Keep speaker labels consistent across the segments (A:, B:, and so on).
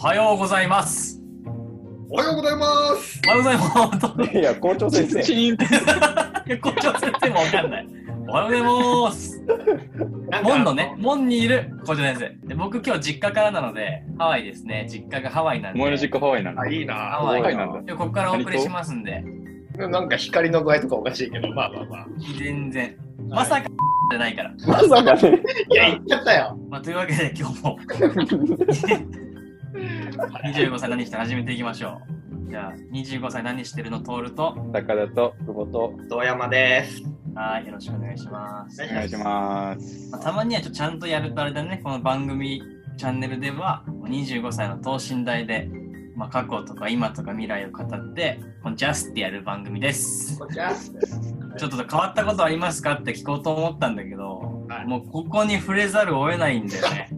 A: はようございます。
B: おはようございます。
A: おはようございます。本
C: いや、校長先生。
D: チーンって
A: 当に校長先生もわかんない。おはようございます。
B: なんか
A: 門のね、門にいる校長先生。で僕今日実家からなので、ハワイですね。実家がハワイなん
D: お
A: で。
D: 前の実家ハワイなんだ
B: あ。いい
A: ハ
B: な。
A: ワイ
D: ハワイなんだ
A: 今日ここからお送りしますんで、
B: でもなんか光の具合とかおかしいけど、まあまあまあ。
A: 全然。まさか、じゃないから。
C: まさかね。
B: いや、言っちゃったよ。
A: まあ、というわけで今日も 25歳何して始めていきましょう。じゃあ、25歳何してるのトールと、
D: 高田と久保と
B: 遠山です。
A: はい、よろしくお願いします。
D: お願いします。
A: まあたまにはちょっとちゃんとやるとあれだね、この番組チャンネルでは25歳の等身大で、まあ、過去とか今とか未来を語って、このジャスってやる番組です。
B: こんにちは。
A: ちょっと変わったことありますかって聞こうと思ったんだけど、
B: はい
A: もうここに触れざるを得ないんだよね。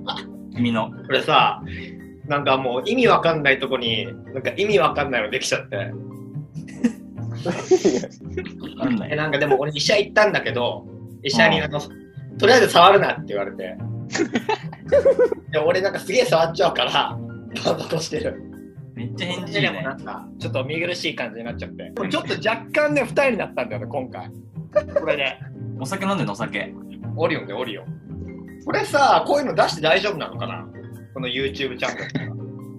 A: 君の。
B: これさ、なんかもう意味わかんないとこに、なんか意味わかんないのできちゃって。
A: なんだ
B: え、
A: よ。
B: なんかでも俺医者行ったんだけど、医者にあの、とりあえず触るなって言わ れて。で俺なんかすげえ触っちゃうから、バンバンしてる。
A: めっちゃ返事いい
B: でも
A: ね
B: な。んか、ちょっと見苦しい感じになっちゃって。
E: ちょっと若干ね、二人になったんだよね、今回。
B: これで、
A: お酒飲んでんのお酒。
B: オリオンでオリオン。これさ、こういうの出して大丈夫なのかなこの YouTube チャンネ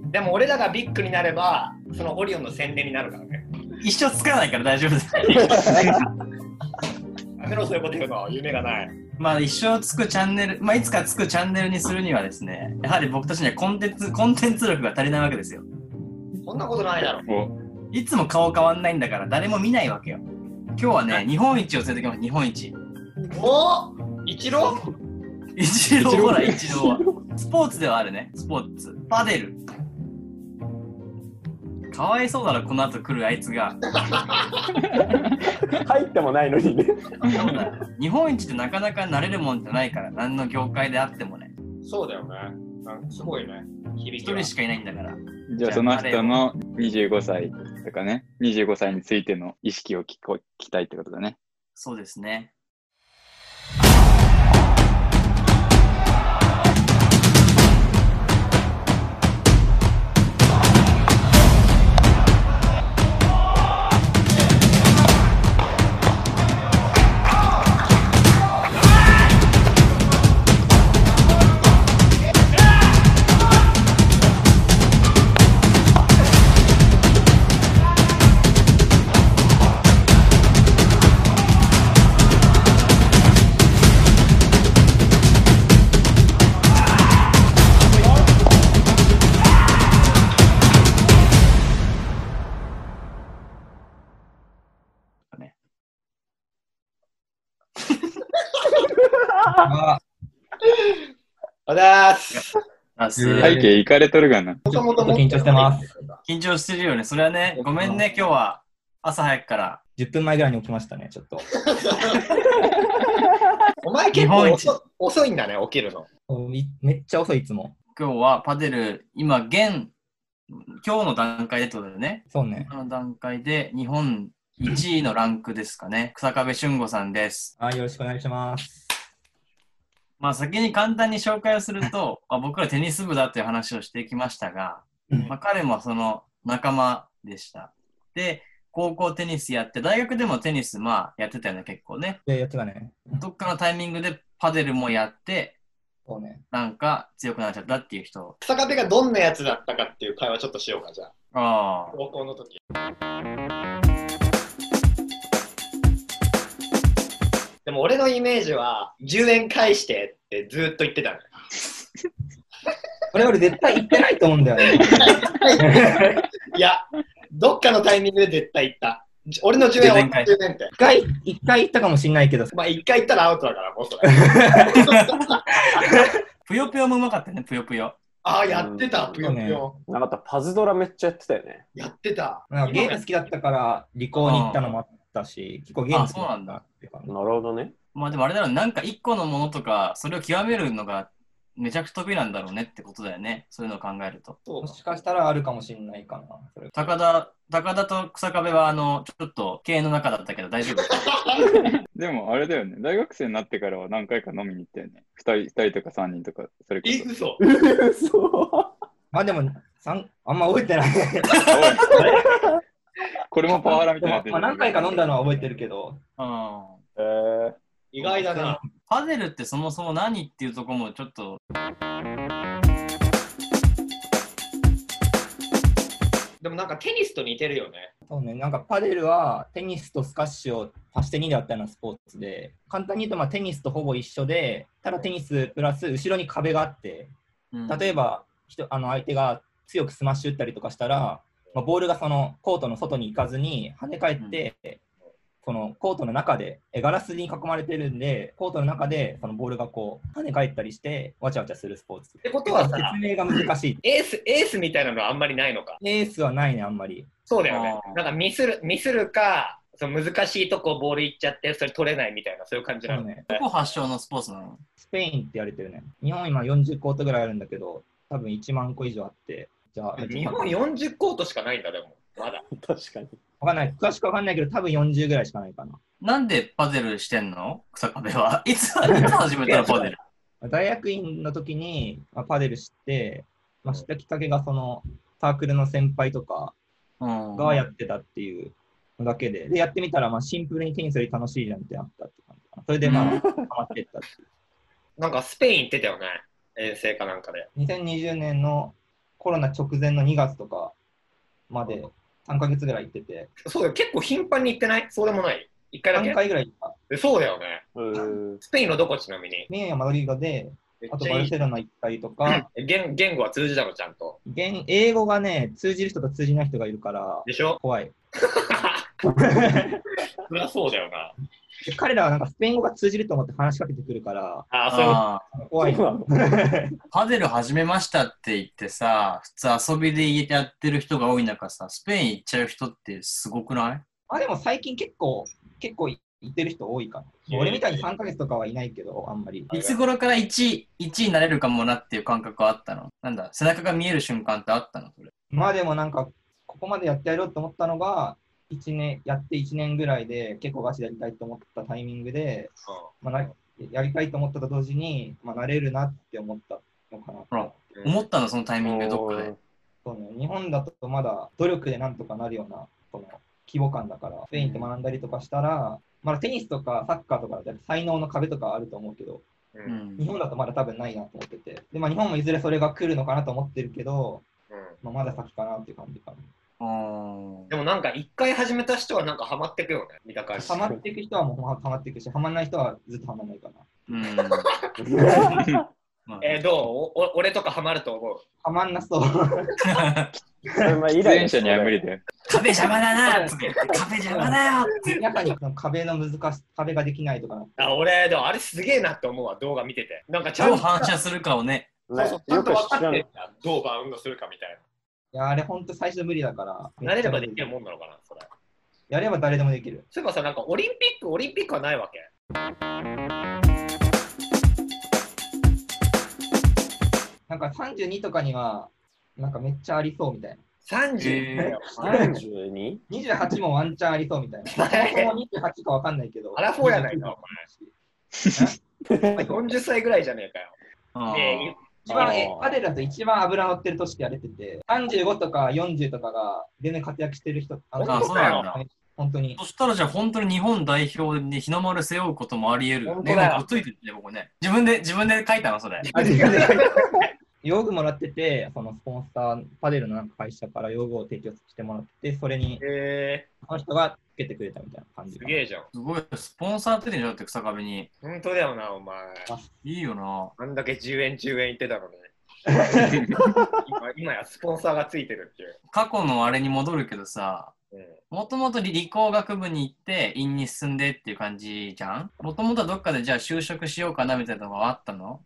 B: ル。でも俺らがビッグになれば、そのオリオンの宣伝になるからね。
A: 一生つかないから大丈夫です。
B: やめろ、そういうこと言うの。夢がない。
A: まあ一生つくチャンネル、まあいつかつくチャンネルにするにはですね、やはり僕たちにはコンテンツ、コンテンツ力が足りないわけですよ。
B: そんなことないだろ。
D: お
A: いつも顔変わんないんだから誰も見ないわけよ。今日はね、日本一を連れてきます、日本一。
B: おイチロー
A: 一郎
D: 一郎
A: ほら、一郎は。スポーツではあるね、スポーツ。パデル。かわいそうだろ、この後来るあいつが。
C: 入ってもないのにね。
A: そうだよ日本一ってなかなかなれるもんじゃないから、何の業界であってもね。
B: そうだよね。なんかすごいね。響
A: 一
B: きは
A: 人しかいないんだから。
D: じゃあその人の25歳とかね、25歳についての意識を聞こ聞きたいってことだね。
A: そうですね。
B: おだーす。
A: あす
D: 背景いかれとるがな。
B: もともと。
E: 緊張してます
A: 緊張してるよね。それはね、ごめんね、今日は朝早くから。
E: 10分前ぐらいに起きましたね、ちょっと。
B: お前結構遅遅いんだね、起きるの。
E: いめっちゃ遅い、いつも。
A: 今日はパデル、今、現、今日の段階でってことだよね。
E: そうね。
A: 今の段階で日本1位のランクですかね。草壁俊吾さんです。
E: はい、よろしくお願いします。
A: まあ先に簡単に紹介をすると、まあ、僕らテニス部だという話をしてきましたが、まあ、彼もその仲間でした。で、高校テニスやって、大学でもテニスまあやってたよね、結構ね。
E: で、やってたね。
A: どっかのタイミングでパデルもやって、
E: そうね。
A: なんか強くなっちゃったっていう人。
B: 草壁がどんなやつだったかっていう会話ちょっとしようか、じゃあ。
A: ああ。
B: 高校の時。でも俺のイメージは、10円返してってずーっと言ってたのよ。
E: これ俺絶対行ってないと思うんだよね。
B: いや、どっかのタイミングで絶対言った。俺の10円は
A: 10円返
B: 10円って。
E: 一回、一回行ったかもしんないけど、
B: まあ、一回言ったらアウトだから、もうそれ。
A: ぷよぷよもうまかったね、ぷよぷよ。
B: ああ、やってた、ぷよぷ
E: そう
B: よ。
C: なかった、パズドラめっちゃやってたよね。
B: やってた。
E: なんかゲーム好きだったから、離婚に行ったのもあったし、結構ゲーム好き
A: あそうな
E: だ
A: ん
E: っ
A: だ
E: たっていう感じ
C: な。るほどね。
A: まあでもあれだろう、なんか一個のものとか、それを極めるのがめちゃくちゃ得意なんだろうねってことだよね。そういうのを考えると。
B: そう
E: もしかしたらあるかもしんないかな。それ
A: 高田、高田と草壁はあの、ちょっと経営の中だったけど大丈夫。
D: でもあれだよね、大学生になってからは何回か飲みに行ったよね。2人 ,2 人とか3人とか、それこ
B: え、嘘。
C: 嘘
E: あ、でも、さんあんま覚えてない。
D: おいこれもパワハラみたいになって
E: まあ、何回か飲んだのは覚えてるけど、
A: うん。
C: えー、
B: 意外だな。
A: パズルってそもそも何っていうところもちょっと、
B: でもなんかテニスと似てるよね。
E: そうね、なんかパデルはテニスとスカッシュを足して2であったようなスポーツで、簡単に言うとまあテニスとほぼ一緒で、ただテニスプラス後ろに壁があって、
A: うん
E: 例えば人あの相手が強くスマッシュ打ったりとかしたら、まあ、ボールがそのコートの外に行かずに跳ね返って、このコートの中でえガラスに囲まれてるんでコートの中でそのボールがこう跳ね返ったりしてわちゃわちゃするスポーツ
B: ってことはさ、
E: 説明が難しい
B: エース、エースみたいなのはあんまりないのか。
E: エースはないねあんまり
B: そうだよね
A: あ。ー
B: なんかミスる、ミスるか、その難しいとこボールいっちゃって、それ取れないみたいな、そういう感じな
E: そう
B: の。
E: ね
A: どこ発祥のスポーツなの
E: スペインって言われてるね日本今40コートぐらいあるんだけど多分1万個以上あってじゃあ
B: 日本40コートしかないんだ、でも。まだ。
C: 確かに。
E: わかんない詳しくわかんないけど多分40ぐらいしかないかな
A: なんでパズルしてんの草壁は。 いつ、いつ始めたのパズル。
E: 大学院の時に、まあ、パデル知って、まあ、知ったきっかけがそのサークルの先輩とか
A: うん。
E: がやってたっていうのだけで、でやってみたらまあシンプルにテニスより楽しいじゃんってなったって感じかなそれでまあ
A: うん
E: ハマってったってい
B: なんかスペイン行ってたよね。遠征かなんかで。
E: う2020年のコロナ直前の2月とかまで3ヶ月ぐらい行ってて
B: そうだよ、結構頻繁に行ってないそうでもない。一回だ
E: 3
B: け
E: 回ぐらい行った
B: えそうだよね。
C: うーん。
B: スペインのどこちなみに。
E: メインはマドリードで
B: めっ
E: あと
B: ち
E: バ
B: ゃい
E: ル
B: い
E: セロナ行ったりとか
B: え言言語は通じたの、ちゃんと。
E: 現英語がね通じる人と通じない人がいるから
B: でしょ
E: 怖い
B: そりゃそうだよな。
E: で彼らはなんかスペイン語が通じると思って話しかけてくるから
B: ああ、そうい
A: あー
B: うこ
E: 怖い
C: そうな
E: の
C: の
A: パズル始めましたって言ってさ、普通遊びで家でやってる人が多い中さ、スペイン行っちゃう人ってすごくない
E: あでも最近結構、結構いってる人多いかな。俺みたいに3ヶ月とかはいないけど、あんまり。
A: いつ頃から1位、1位になれるかもなっていう感覚はあったのなんだ、背中が見える瞬間ってあったのそれ。
E: まあでもなんか、ここまでやってやろうと思ったのが、一年やって1年ぐらいで結構ガチでやりたいと思ったタイミングで、
B: と
E: まあ、なやりたいと思ったと同時に、まあ、なれるなって思ったのかな。
A: ほら
B: うん
A: 思ったのそのタイミングどっかで。
E: そうね、日本だとまだ努力でなんとかなるようなこの規模感だから、スペインって学んだりとかしたら、まだテニスとかサッカーとかだって才能の壁とかあると思うけど、
B: う
A: う
B: んうん
A: ん
E: 日本だとまだ多分ないなと思ってて、でまあ、日本もいずれそれが来るのかなと思ってるけど、まあ、まだ先かなっていう感じか
A: あー
B: でもなんか一回始めた人はなんかハマってくよね、見た感
E: な。
B: じ。
E: ハマっていく人はもうハマっていくし、ハマらない人はずっとハマらないかな。
A: うん。 まあ
B: えーどうおお俺とかハマると思う。
E: ハマんなそう。
C: まあ、
D: 出
C: 以来
D: 演者には無理だよ。
A: 壁邪魔だなっつって壁邪魔だよって
E: 中にその壁の難し壁ができないとかな
B: あ俺、でもあれすげえなって思うわ、動画見てて。なんかちゃ
A: どうん
B: と
A: 反射するかをね。
B: そうそうちゃ
C: よ
B: んと
C: く
B: 分
C: 知
B: かって
C: らな
B: るじゃんどうバウンドするかみたい
E: いや、あれ本当最初無理だから。
B: な。慣れればできる
E: めっちゃ無理
B: もんなのかな、それ。
E: やれば誰でもできる。
B: そういえばさ、なんかオリンピック、オリンピックはないわけ。
E: なんか32とかには、なんかめっちゃありそうみたい
B: 30だよ。
C: 32?
E: な。28もワンチャンありそうみたいな。そもそも28かわかんないけど。
B: アラフォーやないか、40歳ぐらいじゃねえか
A: う
B: よ。
A: ん
B: で
E: 一番、え
C: あー
E: パデルだと一番油乗ってる年ってやれてて、35とか40とかが全然活躍してる人、あ
B: あ
E: 人
B: そうなん
A: だ。
E: 本当に
A: そ。したらじゃあ本当に日本代表に日の丸背負うこともあり得るよ
B: 本
A: ね。
B: 当だよ
A: なんかついてるね、ここね。自分で、自分で書いたのそれ。
E: 用具もらってて、そのスポンサー、パデルのなんか会社から用具を提供してもらってて、それに
B: え
E: その人がつけてくれたみたいな感
B: ー、
E: じ
B: す。げえじゃん。
A: すごい、スポンサーってんじゃんって草壁に。
B: 本当だよな、お前。
A: いいよな。
B: あんだけ10円、10円言ってたのに。今今やスポンサーがついてるっていう。
A: 過去のあれに戻るけどさ、
B: うん
A: もともと理理工学部に行って、院に進んでっていう感じじゃんもともとはどっかでじゃあ就職しようかなみたいなのがあったの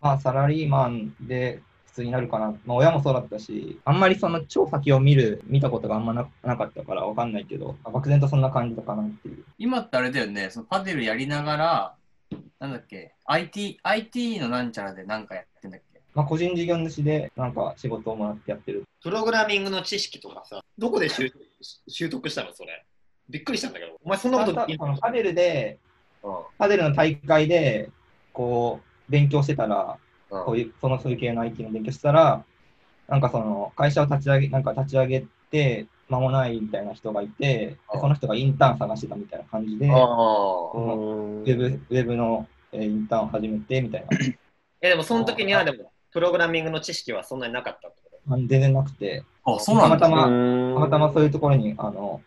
E: まあ、サラリーマンで普通になるかな。まあ、親もそうだったし、あんまりその超先を見る、見たことがあんまななかったからわかんないけど、あ漠然とそんな感じだかなっていう。
A: 今ってあれだよね、そのパデルやりながら、なんだっけ、IT、IT のなんちゃらでなんかやってんだっけ
E: まあ、個人事業主でなんか仕事をもらってやってる
B: プログラミングの知識とかさ、どこで習習得したのそれ。びっくりしたんだけど。お前そんなこと
E: このパデルで、
B: うん
E: パデルの大会で、こう、勉強してたら、
B: うん
E: こういう、そのそういう系の IT の勉強してたら、なんかその、会社を立ち上げ、なんか立ち上げて、間もないみたいな人がいて、
B: う
E: で
B: ん
E: その人がインターン探してたみたいな感じで、
B: ああ。
E: こうウ
C: ん
E: ェブウェブの、えーインターンを始めてみ たいな、
B: え、でもその時には、でも、プログラミングの知識はそんなになかったってこと
E: あの全然なくて、
A: あ、そうなんだ。
E: たまたま、たまたまそういう
C: と
E: ところに、あの、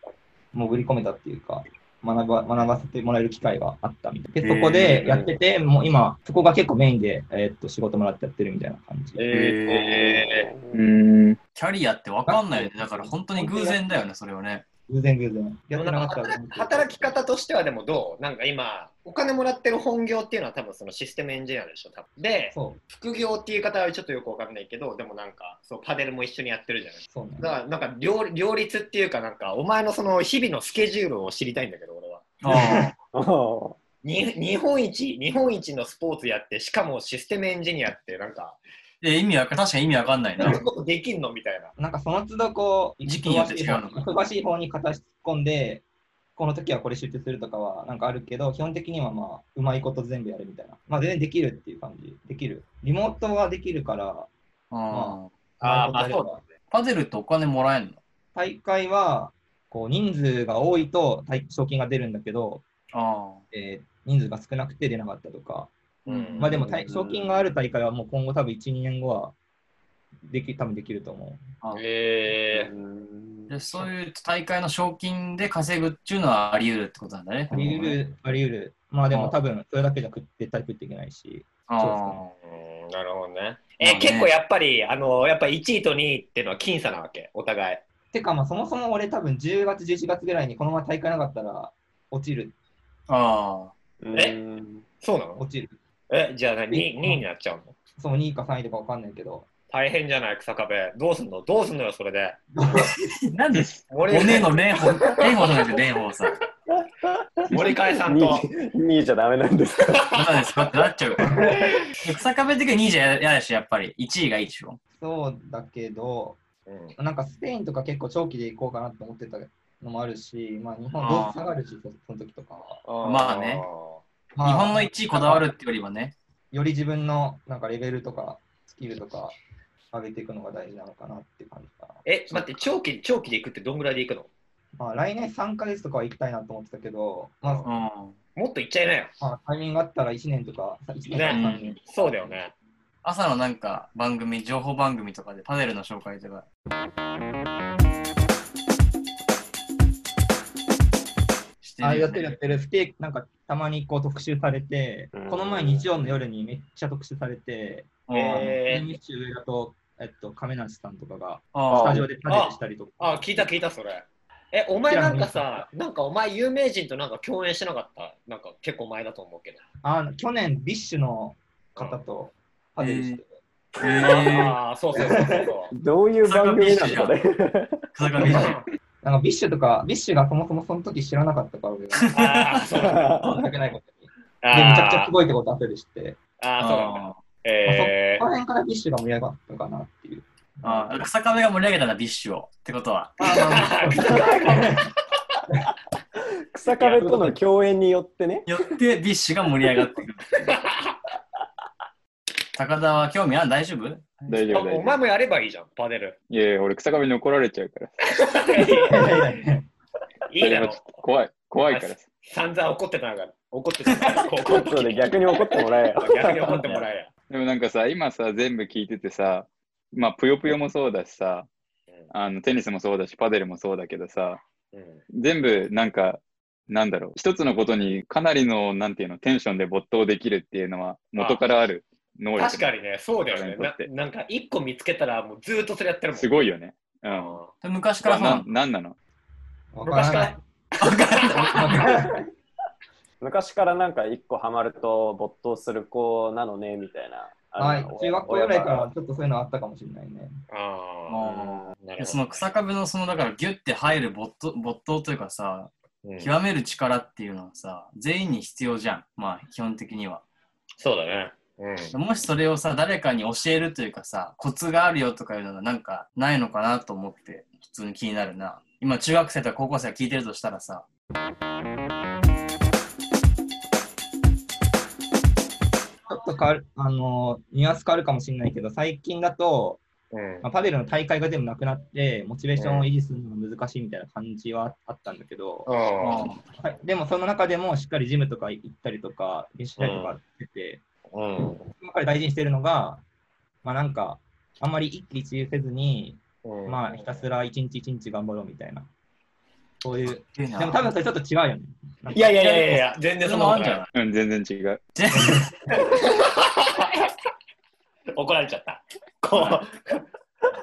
E: 潜り込めたっていうか、学ば学ばせてもらえる機会があったみたいな。で、そこでやってて、もう今、そこが結構メインで、えーっと、仕事もらってやってるみたいな感じ。
B: え
A: へ
D: うーん。
A: キャリアってわかんないよね。だから本当に偶然だよね、それはね。
E: 偶然偶然。
B: で
E: やっ
B: も
E: て
B: な
E: なか
B: ん
E: っ
B: か
E: たら
B: 働働き方としてはでもどうなんか今お金もらってる本業っていうのは多分そのシステムエンジニアでしょ多分で
E: そう、
B: 副業っていう言い方はちょっとよくわかんないけどでもなんかそうパネルも一緒にやってるじゃない
E: そうなん
B: だ
E: だ。
B: からなんか両両立っていうかなんかお前のその日々のスケジュールを知りたいんだけど俺は
A: あ
C: こ
B: に日本一日本一のスポーツやってしかもシステムエンジニアってなんか
A: ー え意味わか確かに意味わかんない
B: そん
A: な
B: な。ことできんのみたいな
E: なんかその都度こう、
A: 時期によって
E: 忙しい
A: 違うのか
E: 方忙しい方に片し込んで、この時はこれ集中するとかはなんかあるけど、基本的にはまあ、うまいこと全部やるみたいな。まあ、全然できるっていう感じ。できる。リモートはできるから、
A: うん
B: あー
E: うまいことやれば
B: ま
A: パズルってお金もらえるの
E: 大会はこう人数が多いと大賞金が出るんだけど、
A: あ
E: えー人数が少なくて出なかったと
A: あ。
E: か、
B: うん
E: まあ、でも大賞金がある大会はもう今後多分1、2年後はでき多分できると思
B: え
A: でそういう大会の賞金で稼ぐっていうのはあり得るってことなんだね。
E: う。あり得る、あり得る。まあで
A: あ
E: も多分それだけじゃ食絶対食っていけないし、
A: あ
E: そ
B: ーうんなるほどね
A: ま
B: え
A: あね
B: 結構やっぱりあのやっぱ1位と2位っていうのは僅差なわけお互い
E: てかまあそもそも俺多分10月、11月ぐらいにこのまま大会なかったら落ちる、
A: あ。あ
B: えそうなの
E: 落ちる。
B: えじゃあ何 2,
E: うん
B: 位になっちゃうの
E: その2位か3位とかわかんないけど、
B: 大変じゃない草壁どうすんのどうすんのよそれで
A: あ。なんで
B: 俺
A: 骨の蓮舫、蓮舫じゃなくて蓮舫 さん。
B: 森川さんと
C: 2位じゃダメなんですか
A: まだですかってなっちゃうから。草壁的に2位じゃ嫌だし、やっぱり1位がいいでしょ。
E: そうだけど、
B: うん
E: なんかスペインとか結構長期で行こうかなと思ってたのもあるし、まあ、日本どうせ下がるし、そその時とかは。
A: まあね
E: まあ
A: 日本の1位こだわるってよりはね。
E: より自分のなんかレベルとかスキルとか上げていくのが大事なのかなって感じかな。
B: え待って長期長期で行くってどんぐらいで行くの
E: まあ、来年3ヶ月とかは行きたいなと思ってたけど、まあ
A: うん。
B: もっと行っちゃいなよ
E: まあ、タイミングがあったら1年とか、1年とか3年。
B: そうだよね
A: 朝のなんか番組、情報番組とかでパネルの紹介とか。して
E: ああ、
A: る
E: や
A: よ
E: ってるやっ
A: ね。
E: てる。不定なんかたまにこう特集されて、
C: うん
E: この前日曜の夜にめっちゃ特集されて、
A: うん
B: えー
E: ミッシュ上田と、えっと、亀梨さんとかがス
A: あ
E: タ
A: あ
E: ジオでパネルしたりとか。
B: あ聞いた聞いたそれえお前なんかさなんかお前有名人となんか共演してなかったなんか結構前だと思うけど
E: あ去年、ビッシュの方とパネルして、
A: えー
B: ああそうそうそうそう
C: どういう番組なのこれ
A: 草壁 じゃん
E: なんかビッシュとか、ビッシュがそもそもその時知らなかったから、俺が。
B: あーそうなんだ
E: 情けないことに。で、めちゃくちゃ
B: あ
E: す
B: ー
E: ごいってこと後で知って、
B: あーそうなんだ
A: あ
B: え
E: この辺からビッシュが盛り上がったのかなっていう。
A: ああ草壁が盛り上げたな、ビッシュを。ってことは。
C: 草壁との共演によってね
A: よってビッシュが盛り上がってくる。高田は興味ある大丈夫
D: 大丈
B: ー
D: 夫、大
B: お
D: 丈夫。
B: 前もやればいいじゃんパネ ル
D: いやいや、俺、草壁に怒られちゃうから。
B: いいだ
D: それは
B: ろ
D: ちょっと怖い。怖いからさ。
B: 散々怒ってたから怒ってたから高校の
C: そうで
B: 時
C: 逆に怒ってもらえよ
B: 逆に怒ってもらえ
D: でもなんかさ、今さ、全部聞いててさ、まあ、ぷよぷよもそうだしさ、あの、テニスもそうだし、パデルもそうだけどさ、
B: や、うん
D: 全部なんか、なんだろう、一つのことにかなりの、なんていうの、テンションで没頭できるっていうのは、元からある能力。
B: 確かにね、そうだよね
D: 俺にとって。
B: ななんか一個見つけたら、もうずーっとそれやってるもん。
D: すごいよね。うん。
B: う
A: で昔からそ
D: な
A: うなの
D: ななんなの
E: わ
B: ん昔からら、
C: 昔からなんか一個ハマると没頭する子なのねみたいな
E: はい、中学校ぐらいか
C: 親
E: らちょっとそういうのあったかもしれないね。
B: あ
A: あ
B: あ、な
A: ーその草壁のそのだからギュッて入る没頭没頭というかさ
B: うん
A: 極める力っていうのはさ全員に必要じゃんまあ基本的には
B: そうだね。うん。
A: もしそれをさ誰かに教えるというかさコツがあるよとかいうのはなんかないのかなと思って普通に気になるな今中学生とか高校生が聞いてるとしたらさ
E: と変わる、あのニュアンス変わるかもしれないけど、最近だと、
B: うん
E: まあ、パデルの大会が全部なくなって、モチベーションを維持するのが難しいみたいな感じはあったんだけど、
B: うん
E: はい、でもその中でもしっかりジムとか行ったりとか、練習したりとかしてて、
B: うん
E: やっぱり大事にしてるのが、まあなんか、あんまり一喜一憂せずに、
B: うん
E: まあひたすら一日一日頑張ろうみたいな、そういう、
A: で
E: でも多分それちょっと違うよね。
B: いやいやいやいや、全然
A: そ
B: そ
A: れ
B: んな
A: もあ
B: こ
A: る
B: と
A: んじゃ
B: な
A: ない
B: い。
D: うん、全然違う。
B: 怒られちゃった。こう、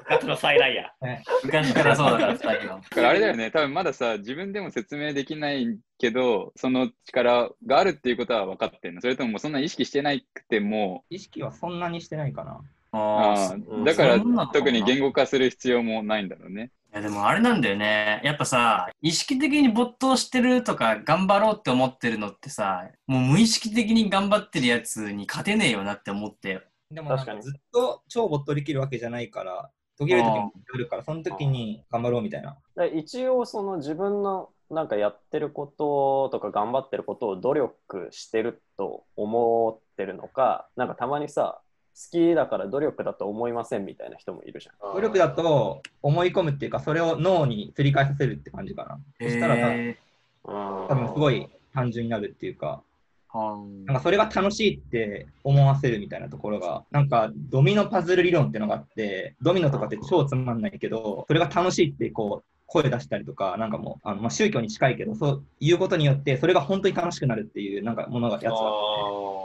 B: ガツの再来や。
A: 昔からそうだから、二人は。
D: だからあれだよね、多分まださ、自分でも説明できないけど、その力があるっていうことは分かってんの。それとももうそんな意識してなくても、
E: 意識はそんなにしてないかな。
A: あ
D: あ
A: あ
D: ー
C: うん
D: だから
A: そんなのかな
D: 特に言語化する必要もないんだろうね。
A: いやでもあれなんだよね。やっぱさ、意識的に没頭してるとか、頑張ろうって思ってるのってさ、もう無意識的に頑張ってるやつに勝てねえよなって思って。
E: でもなん
C: 確か
E: か
C: に
E: ずっと超没頭できるわけじゃないから、途切れる時もあるから、その時に頑張ろうみたいな。
C: で一応その自分のなんかやってることとか頑張ってることを努力してると思ってるのかなんかたまにさ好きだから努力だと思いませんみたいな人もいるじゃん。
E: 努力だと思い込むっていうか、それを脳にすり替えさせるって感じかな。そしたらさ
A: え
E: 多分すごい単純になるっていうか、
A: ーうん
E: なんかそれが楽しいって思わせるみたいなところが、なんかドミノパズル理論っていうのがあって、ドミノとかって超つまんないけど、それが楽しいってこう、声出したりとか、なんかもう、あのまあ、宗教に近いけど、そういうことによって、それが本当に楽しくなるっていう、なんかものがやつがあって。
A: えー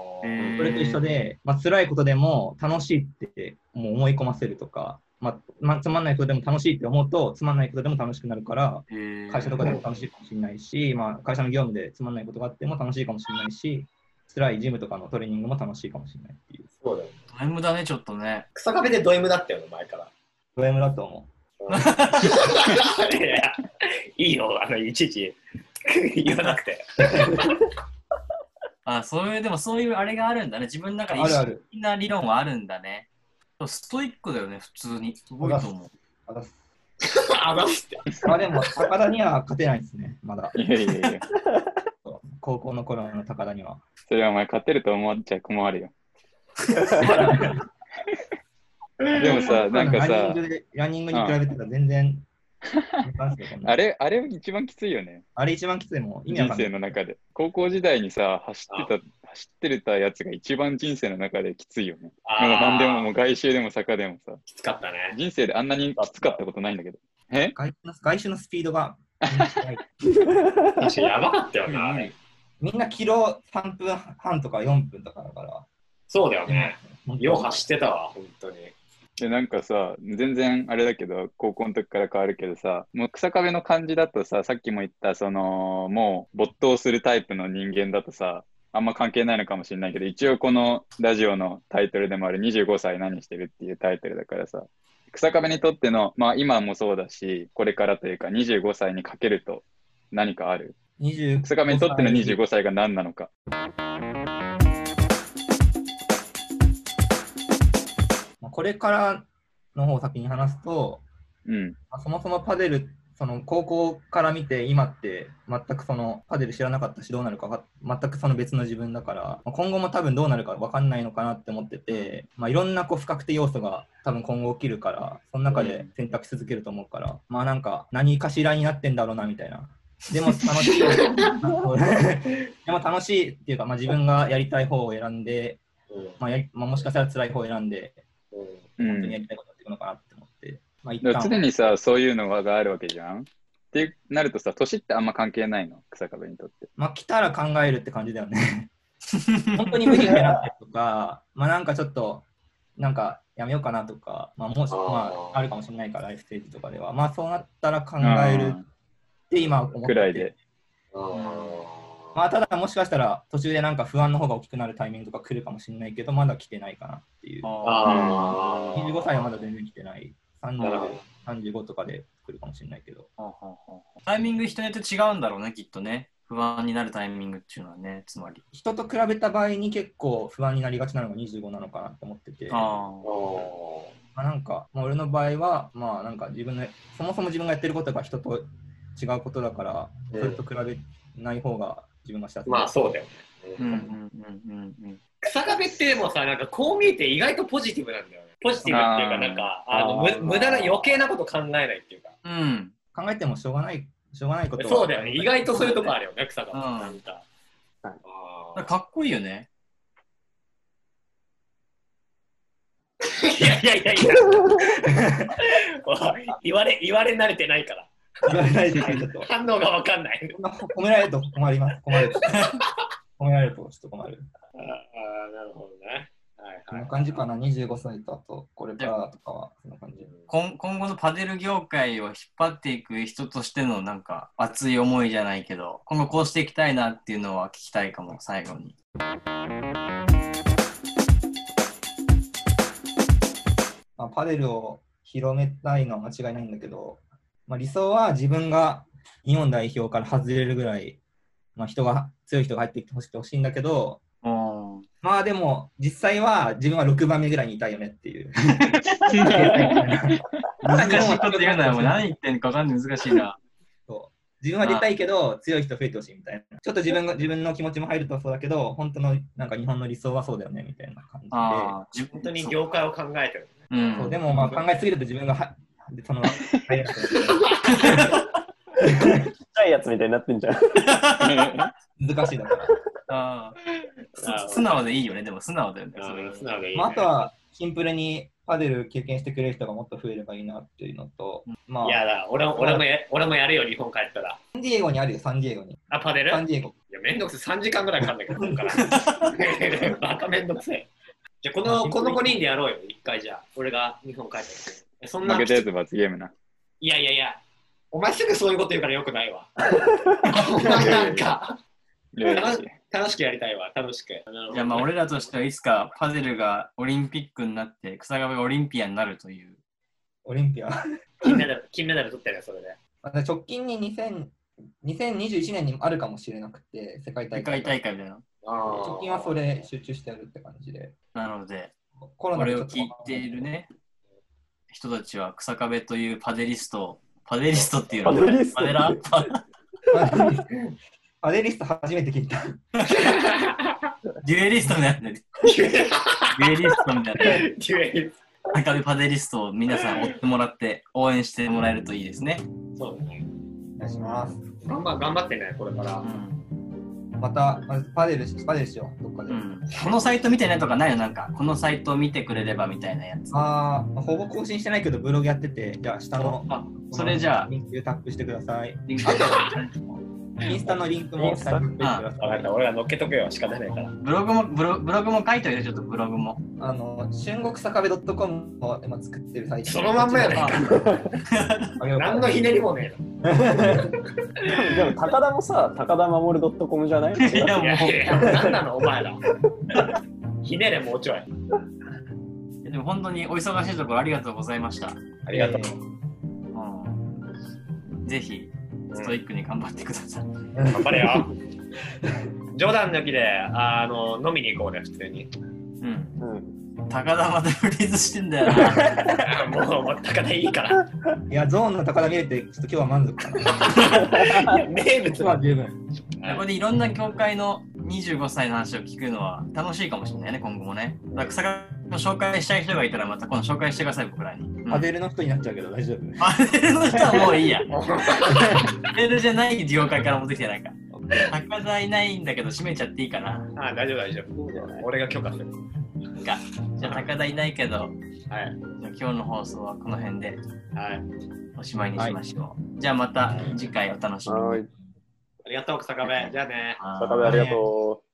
E: それと一緒で、まあ辛いことでも楽しいってもう思い込ませるとか、まあまあつまんないことでも楽しいって思うと、つまんないことでも楽しくなるから、
A: えー
E: 会社とかでも楽しいかもしれないし、まあ、会社の業務でつまんないことがあっても楽しいかもしれないし、辛いジムとかのトレーニングも楽しいかもしれないっていう。
B: そうだよ。
A: タイムだね、ちょっとね。
B: 草壁でド M だったよね、前から。
E: ド M だと思
B: いやいやいいよ、あの、いちいち言わなくて。
A: あそういう、でもそういうあれがあるんだね。自分の中
E: う。
A: に
E: あ
A: 意
E: るあ
A: 識
E: る。
A: 的な理論はあるんだね。ストイックだよね、普通に。すごいと思う。
E: あだす
B: あざすって。
E: まあでも、高田には勝てないですね、まだ。
D: いやいやいや、
E: 高校の頃の高田には。
D: それはお前勝てると思っちゃ困るよ。でもさ、なんか
E: ラン
D: さ
E: ニ、ングでランニングに比べたら全然、
D: あ
E: れ
D: れ、あれ一番きついよね。
E: あれ一番きついもん、意味
D: 人
E: わかんな
D: 生
E: い。
D: の中で。高校時代にさ、走ってた、走ってたやつが一番人生の中できついよね。
B: あ
D: なんか
B: ー
D: 何でも、もう外周でも坂でもさ。
B: きつかったね。
D: 人生であんなにきつかったことないんだけど。え
E: 外周の外周のスピー ドが、
B: 確かにやばかったよな。
E: みんなキロ3分半とか4分とかだから。
B: そうだよね。
E: 本当
B: よう走ってたわ、本当に。
D: で、なんかさ、全然あれだけど、高校の時から変わるけどさ、もう草壁の感じだとさ、さっきも言った、その、もう没頭するタイプの人間だとさ、あんま関係ないのかもしれないけど、一応このラジオのタイトルでもある25歳何してるっていうタイトルだからさ、草壁にとっての、まあ今もそうだし、これからというか25歳にかけると何かある
E: 20
D: 草壁にとっての25歳が何なのか。
E: まあこれからの方を先に話すと、
D: うん。
E: まあそもそもパデル、その高校から見て、今って全くそのパデル知らなかったし、どうなるかわか全くその別の自分だから、まあ今後も多分どうなるか分かんないのかなって思ってて、まあ、いろんなこう不確定要素が多分今後起きるから、その中で選択し続けると思うから、まあなんか何かしらになってんだろうなみたいな。で も楽しい。 でも楽しいっていうか、まあ、自分がやりたい方を選んで、まあやりまあ、もしかしたら辛い方を選んで、
D: う
E: 本当
D: ん
E: にや。りたいことやっていくのかなって思って、まあ、一
D: だから
E: 旦
D: 常にさ、そういうのがあるわけじゃんってなるとさ、年ってあんま関係ないの、草壁にとって。
E: まあ、来たら考えるって感じだよね。本当に無理になってるとか、まあなんかちょっと、なんかやめようかなとか、まあもし、
B: あー
E: まあ、あるかもしれないから、ライフステージとかでは。まあそうなったら考えるって今思ってて
D: くらい で。
E: まあただもしかしたら途中でなんか不安の方が大きくなるタイミングとか来るかもしれないけど、まだ来てないかなっていう。
A: あ
B: あー
E: 25歳はまだ全然来てない。
B: なるほ
E: 30
B: ど
E: 35とかで来るかもしれないけど。
A: あタイミング人によって違うんだろうね、きっとね。不安になるタイミングっていうのはね、つまり。
E: 人と比べた場合に結構不安になりがちなのが25なのかなって思ってて。
A: あー
E: まあ、なんか、まあ、俺の場合は、まあ、なんか自分の、そもそも自分がやってることが人と違うことだから、
B: うん
E: それと比べない方が自分がしたと
B: まあそうだよね。
A: うんうんうんうんうん。
B: 草壁ってでもさ、なんかこう見えて意外とポジティブなんだよね。ポジティブっていうか、
D: あ
B: なんか、あ
D: ー
B: の
D: あー
B: む無駄な余計なこと考えないっていうか。
A: うん。
E: 考えてもしょうがない、しょうがないことは
B: そうだよね。意外とそういうとこあるよね、草壁。
A: うん
B: なんか。
C: はい
B: あー
A: かっこいいよね。
B: いやいやいやいや。 もう言われ、言われ慣れてないから。
E: 言われないでちょっと。
B: 反応がわかんない。
E: そんな 褒められると 困ります。困る。褒められるとちょっと困る。
B: ああー、なるほどね。
E: こ
B: はい
E: ん
B: は。
E: ない感じかな、25歳とあと、これからとかは、そんな感じ。
A: 今今後のパデル業界を引っ張っていく人としてのなんか熱い思いじゃないけど、今後こうしていきたいなっていうのは聞きたいかも、最後に。
E: まあ、パデルを広めたいのは間違いないんだけど、まあ、理想は自分が日本代表から外れるぐらい、まあ、人が強い人が入ってきてほしくてほしいんだけど、
A: うん。
E: まあでも実際は自分は6番目ぐらいにいたいよねっていう。
A: 難しいこと言うなよ。もう何言ってんのかわかんない難しいな。
E: そう自分は出たいけど強い人増えてほしいみたいな。ちょっと自分が自分の気持ちも入るとそうだけど、本当のなんか日本の理想はそうだよねみたいな感じで。
A: ああ、自
B: 本
A: 分
B: 当に業界を考えてる。
A: う
E: そうで
A: ん。
E: もまあ考えすぎると自分がはでその入れなくなる
C: ちっちゃいやつみたいになってんじ ゃん。
E: 難しいだから。
A: あ
B: あ
A: あ
B: ー
A: 素直でいいよね。でも素直だよね。それ
B: うん素直でいいね
E: まあ、あとはシンプルにパデル経験してくれる人がもっと増えればいいなっていうのと、ま
B: いや
E: あ、
B: だ、俺も俺もや俺もやるよ、日本帰ったら。
E: サンディエゴにあるよ、サンディエゴに。
B: あ、パネル
E: サンディエゴ。
B: いや、めんどくせえ。3時間ぐらいかかんだけど、ここ から。バカめんどくせえ。じゃあ、この、この5人でやろうよ、一回じゃあ。俺が日本帰ってきて。そんな
D: 負けたやつ罰ゲームな。
B: いやいやいや、お前すぐそういうこと言うからよくな いわ。お前なんか、
D: よし
B: 楽しくやりたいわ、楽しく。
A: いやまあ俺らとしてはいつかパデルがオリンピックになって草壁がオリンピアンになるという。
E: オリンピアン。
B: 金メダル、金メダル取ってるよ、それで。
E: まあ直近に2000 2021年にもあるかもしれなくて、世界
A: 世
E: 大
A: 界
E: 会。
A: 大会みたいな。
E: 直近はそれ集中してやるって感じで。
A: なので、
E: コロ
A: こ
E: ナで
A: れ
E: ちょ
A: を
E: っと
A: 聞いているね、人たちは草壁というパデリストを、パデリストっていうの
C: パデリスト
A: パデラパ
E: パデリスト初めて聞いた。
A: デュエリストみたいな。デュエリストみたいな。草壁パデリストを皆さん追ってもらって、応援してもらえるといいですね。
B: そうだね。
E: お願いします。
B: 頑張頑張ってね、これから
A: う。ん。
E: また、まずパデルし、パデルしよう、どっかで。
A: うん、このサイト見てねとかないよ、なんか。このサイト見てくれればみたいなやつ。
E: あーまあ、ほぼ更新してないけど、ブログやってて、じゃあ下の。
B: あ
A: それじゃあ
E: リンクタップしてください。
A: リンク
E: インスタのリンクも下に貼ってくだ
B: 分
E: さ
B: かっ
E: い
B: た、。俺は乗っけとくよ、仕方ないから。
A: ブログも、ブロブログも書いておいて、ちょっとブログも。
E: あの、春国坂部 .com を今作ってるサイト。
B: そのまんまやね
A: あ
E: あげようか
B: 何のひねりもね
C: でも、高田もさ、高田守 .com じゃない
A: いや
B: えな。いや
A: も
B: いや、何なの、お前ら。ひねれ、もうちょい。
A: う、でも本当にお忙しいところありがとうございました。
B: ありがとう。
A: うんぜひ、ストイックに頑張ってください。
B: 頑張れよ。冗談抜きで、あの、飲みに行こうね、普通に。
A: うん。
C: うん。
A: 高田またフリーズしてんだよな。
B: あもう、もう高田いい から。
E: いや、ゾーンの高田見れて、ちょっと今日は満足かな。
B: いや名物
E: 今日は十分。
A: これでいろんな教会の25歳の話を聞くのは楽しいかもしれないね、今後もね。だから草が紹介したい人がいたらまた今度紹介してください、僕らに。うん
E: パデルの人になっちゃうけど大丈夫。
A: パデルの人はもういいや。パデルじゃない業界から持ってきてないか。高田いないんだけど閉めちゃっていいかな。
B: あ、大丈夫、大丈夫。
C: いいんじゃない
B: 俺が許可する。
A: じゃあ高田いないけど、
B: はい。
A: じゃあ今日の放送はこの辺で
B: はい。
A: おしまいにしましょう。じゃあまた次回お楽しみに。
C: はい。
B: ありがとう、草壁。じゃあね。
C: 高田、ありがとう。